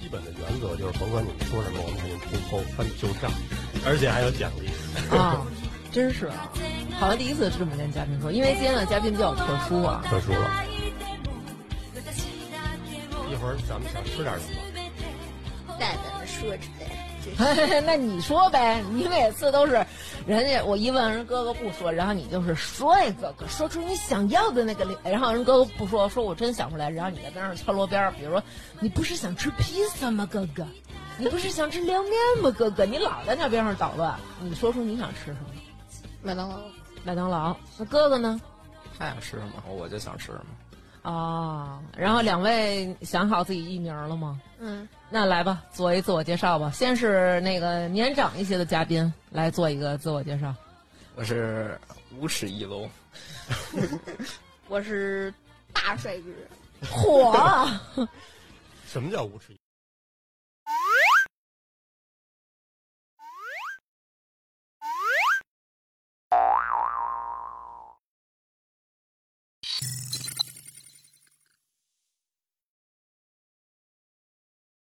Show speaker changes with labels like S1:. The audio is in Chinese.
S1: 基本的原则就是，甭管你们说什么，我们肯定不抽翻旧账，而且还有奖励。
S2: 啊、真是啊！好像第一次是这么跟嘉宾说，因为今天的嘉宾比较特殊啊。
S1: 特殊了，一会儿咱们想吃点什么？
S3: 淡淡的说着呗，就是
S2: 那你说呗，你每次都是，人家我一问人哥哥不说，然后你就是说呀哥哥，说出你想要的那个理，然后人哥哥不说，说我真想不出来，然后你在边上敲锣边儿，比如说你不是想吃披萨吗哥哥，你不是想吃凉面吗哥哥，你老在那边上捣乱，你说出你想吃什么？
S3: 麦当劳。
S2: 麦当劳，那哥哥呢？
S4: 他想吃什么，我就想吃什么。
S2: 哦，然后两位想好自己艺名了吗？
S3: 嗯，
S2: 那来吧，做一自我介绍吧。先是那个年长一些的嘉宾来做一个自我介绍。
S4: 我是无齿翼龙，
S3: 我是大帅哥。啊
S2: 火，
S1: 什么叫无耻？